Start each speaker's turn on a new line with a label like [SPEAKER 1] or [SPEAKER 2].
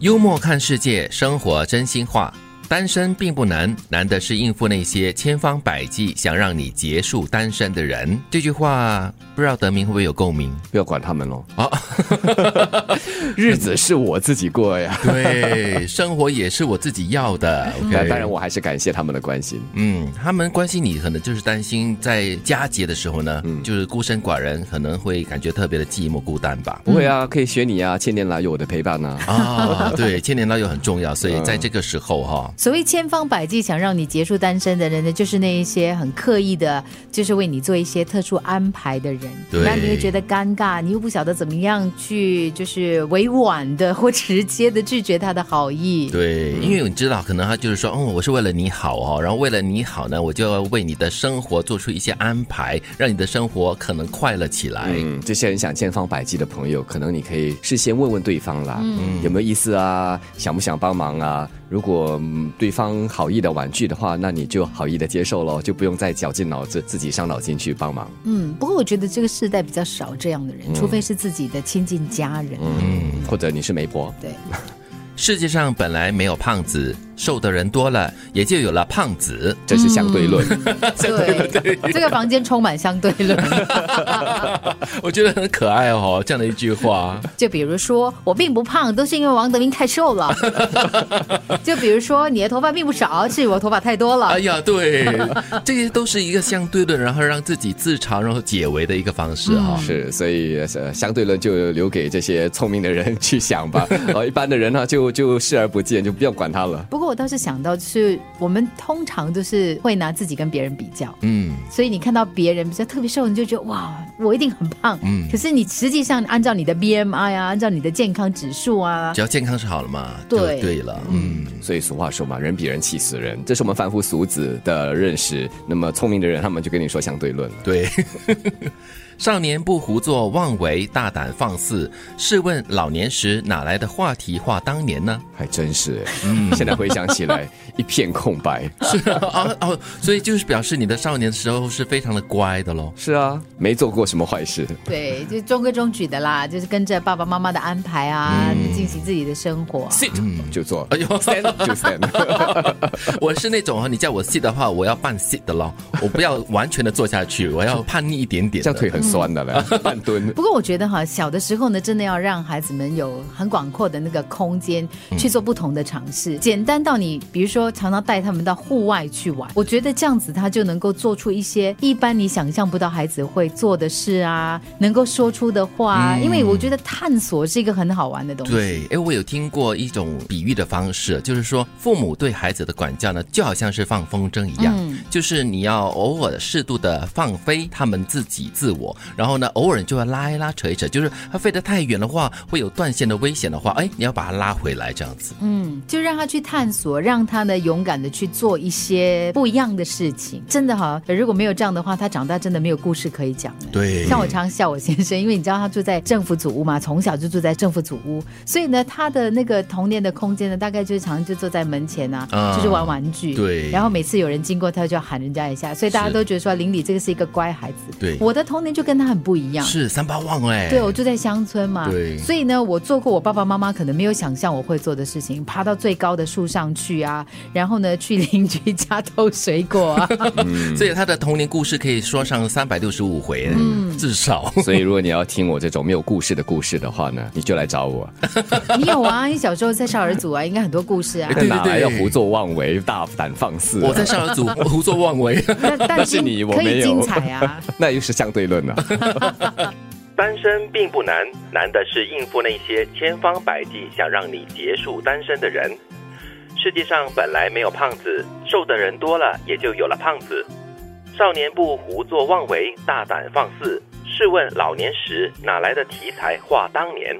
[SPEAKER 1] 幽默看世界，生活真心话。单身并不难，难的是应付那些千方百计想让你结束单身的人。这句话不知道德明会不会有共鸣？
[SPEAKER 2] 不要管他们喽，
[SPEAKER 1] 啊，
[SPEAKER 2] 日子是我自己 过呀。
[SPEAKER 1] 对，生活也是我自己要的。OK，
[SPEAKER 2] 嗯那当然，我还是感谢他们的关心。
[SPEAKER 1] 嗯，他们关心你，可能就是担心在佳节的时候呢，
[SPEAKER 2] 嗯
[SPEAKER 1] 就是孤身寡人，可能会感觉特别的寂寞孤单 吧。
[SPEAKER 2] 不会啊，可以学你啊，千年来有我的陪伴呐、啊。
[SPEAKER 1] 啊，对，千年老友很重要，
[SPEAKER 2] 嗯
[SPEAKER 1] 所以在这个时候哈、
[SPEAKER 3] 所谓千方百计想让你结束单身的人呢，就是那一些很刻意的，就是为你做一些特殊安排的人，
[SPEAKER 1] 对
[SPEAKER 3] 那你会觉得尴尬，你又不晓得怎么样去就是委婉的或直接的拒绝他的好意。
[SPEAKER 1] 对，因为你知道，可能他就是说，嗯，我是为了你好哦，然后为了你好呢，我就要为你的生活做出一些安排，让你的生活可能快乐起来。
[SPEAKER 2] 嗯，这些人想千方百计的朋友，可能你可以事先问问对方啦，
[SPEAKER 1] 嗯
[SPEAKER 2] 嗯有没有意思啊，想不想帮忙啊？如果、嗯对方好意的婉拒的话，那你就好意的接受咯，就不用再绞尽脑汁自己伤脑筋去帮忙。
[SPEAKER 3] 嗯，不过我觉得这个世代比较少这样的人，除非是自己的亲近家人。
[SPEAKER 2] 嗯，或者你是媒婆，
[SPEAKER 3] 对，
[SPEAKER 1] 世界上本来没有胖子，瘦的人多了，也就有了胖子。
[SPEAKER 2] 这是相对
[SPEAKER 1] 嗯
[SPEAKER 2] 论。
[SPEAKER 3] 对，这个房间充满相对论。
[SPEAKER 1] 我觉得很可爱哦，这样的一句 话。
[SPEAKER 3] 就比如说，我并不胖，都是因为王德明太瘦了。就比如说，你的头发并不少，是我头发太多了
[SPEAKER 1] 哎。呀，对，这些都是一个相对论，然后让自己自嘲，然后解围的一个方式哈、
[SPEAKER 2] 嗯是，所以呃，相对论就留给这些聪明的人去想 吧。呃，一般的人呢，就就视而不见，就不要管他了。
[SPEAKER 3] 不过我倒是想到，就是我们通常都是会拿自己跟别人比较，
[SPEAKER 1] 嗯，
[SPEAKER 3] 所以你看到别人比较特别瘦，你就觉得哇，我一定很胖。可是你实际上按照你的 BMI 啊，按照你的健康指数啊
[SPEAKER 1] 只，要健康是好了嘛，就
[SPEAKER 3] 对
[SPEAKER 1] 对了，嗯。
[SPEAKER 2] 所以俗话说嘛，人比人气死人，这是我们凡夫俗子的认识。那么聪明的人，他们就跟你说相对论了。
[SPEAKER 1] 对， 少年不胡作妄为，大胆放肆。试问老年时哪来的话题话当年呢？
[SPEAKER 2] 还真是，
[SPEAKER 1] 嗯
[SPEAKER 2] 现在回想起来一片 空白。
[SPEAKER 1] 是啊，哦哦，所以就是表示你的少年时候是非常的乖的喽。
[SPEAKER 2] 是啊，没做过什么坏事。
[SPEAKER 3] 对，就中规中矩的啦，就是跟着爸爸妈妈的安排啊，进行自己的生活。啊
[SPEAKER 2] sit 就做，
[SPEAKER 1] 哎呦
[SPEAKER 2] stand 就 stand。
[SPEAKER 1] 我是那种啊，你叫我 sit 的话，我要半 sit 的咯，我不要完全的坐下去，我要叛逆一点点
[SPEAKER 2] 这
[SPEAKER 1] 的。
[SPEAKER 2] 样腿很酸的嘞，
[SPEAKER 1] 嗯
[SPEAKER 2] 半蹲。
[SPEAKER 3] 不过我觉得哈，小的时候呢，真的要让孩子们有很广阔的那个空间去做不同的尝试，简单到你，比如说常常带他们到户外去玩，我觉得这样子他就能够做出一些一般你想象不到孩子会做的事啊，能够说出的话啊，因为我觉得探索是一个很好玩的东西。
[SPEAKER 1] 对，哎，我有听过一种比喻的方式，就是说父母对孩子的管教呢，就好像是放风筝一样，
[SPEAKER 3] 嗯
[SPEAKER 1] 就是你要偶尔适度的放飞他们自己自我，然后呢，偶尔就要拉一拉扯一扯，就是它飞得太远的话，会有断线的危险的话，哎，你要把它拉回来这样子。
[SPEAKER 3] 嗯，就让他去探索，让他呢勇敢的去做一些不一样的事情。真的哈，如果没有这样的话，他长大真的没有故事可以讲了。
[SPEAKER 1] 对
[SPEAKER 3] 像我常笑我先生，因为你知道他住在政府组屋嘛，从小就住在政府组屋，所以呢，他的那个童年的空间呢，大概就是常就坐在门前啊，
[SPEAKER 1] 啊
[SPEAKER 3] 就是玩玩具。
[SPEAKER 1] 对
[SPEAKER 3] 然后每次有人经过，他就要喊人家一下，所以大家
[SPEAKER 1] 是
[SPEAKER 3] 都觉得说邻里这个是一个乖孩子。
[SPEAKER 1] 对
[SPEAKER 3] 我的童年就跟他很不一样。
[SPEAKER 1] 是三八旺哎，
[SPEAKER 3] 对，我住在乡村嘛，
[SPEAKER 1] 对
[SPEAKER 3] 所以呢，我做过我爸爸妈妈可能没有想象我会做的事情，爬到最高的树上去啊， 然后呢，去邻居家偷水果 啊，
[SPEAKER 1] 所以他的童年故事可以说上三百六十五回，
[SPEAKER 3] 嗯
[SPEAKER 1] 至 少。
[SPEAKER 2] 所以，如果你要听我这种没有故事的故事的话呢，你就来找我。
[SPEAKER 3] 你有啊？你小时候在少儿组啊，应该很多故事 啊
[SPEAKER 1] 哎。对对
[SPEAKER 2] 哪来
[SPEAKER 1] 对
[SPEAKER 2] 要胡作妄为、大胆放肆、啊
[SPEAKER 1] 我在，少儿组 胡作妄为，
[SPEAKER 3] 但但
[SPEAKER 2] 但是你我
[SPEAKER 3] 可
[SPEAKER 2] 没
[SPEAKER 3] 以
[SPEAKER 2] 有
[SPEAKER 3] 精彩啊！
[SPEAKER 2] 那又是相对论了、
[SPEAKER 4] 单身并不难，难的是应付那些千方百计想让你结束单身的人。世界上本来没有胖子，瘦的人多了，也就有了胖子。少年不胡作妄为，大胆放肆。试问老年时哪来的题材话当年？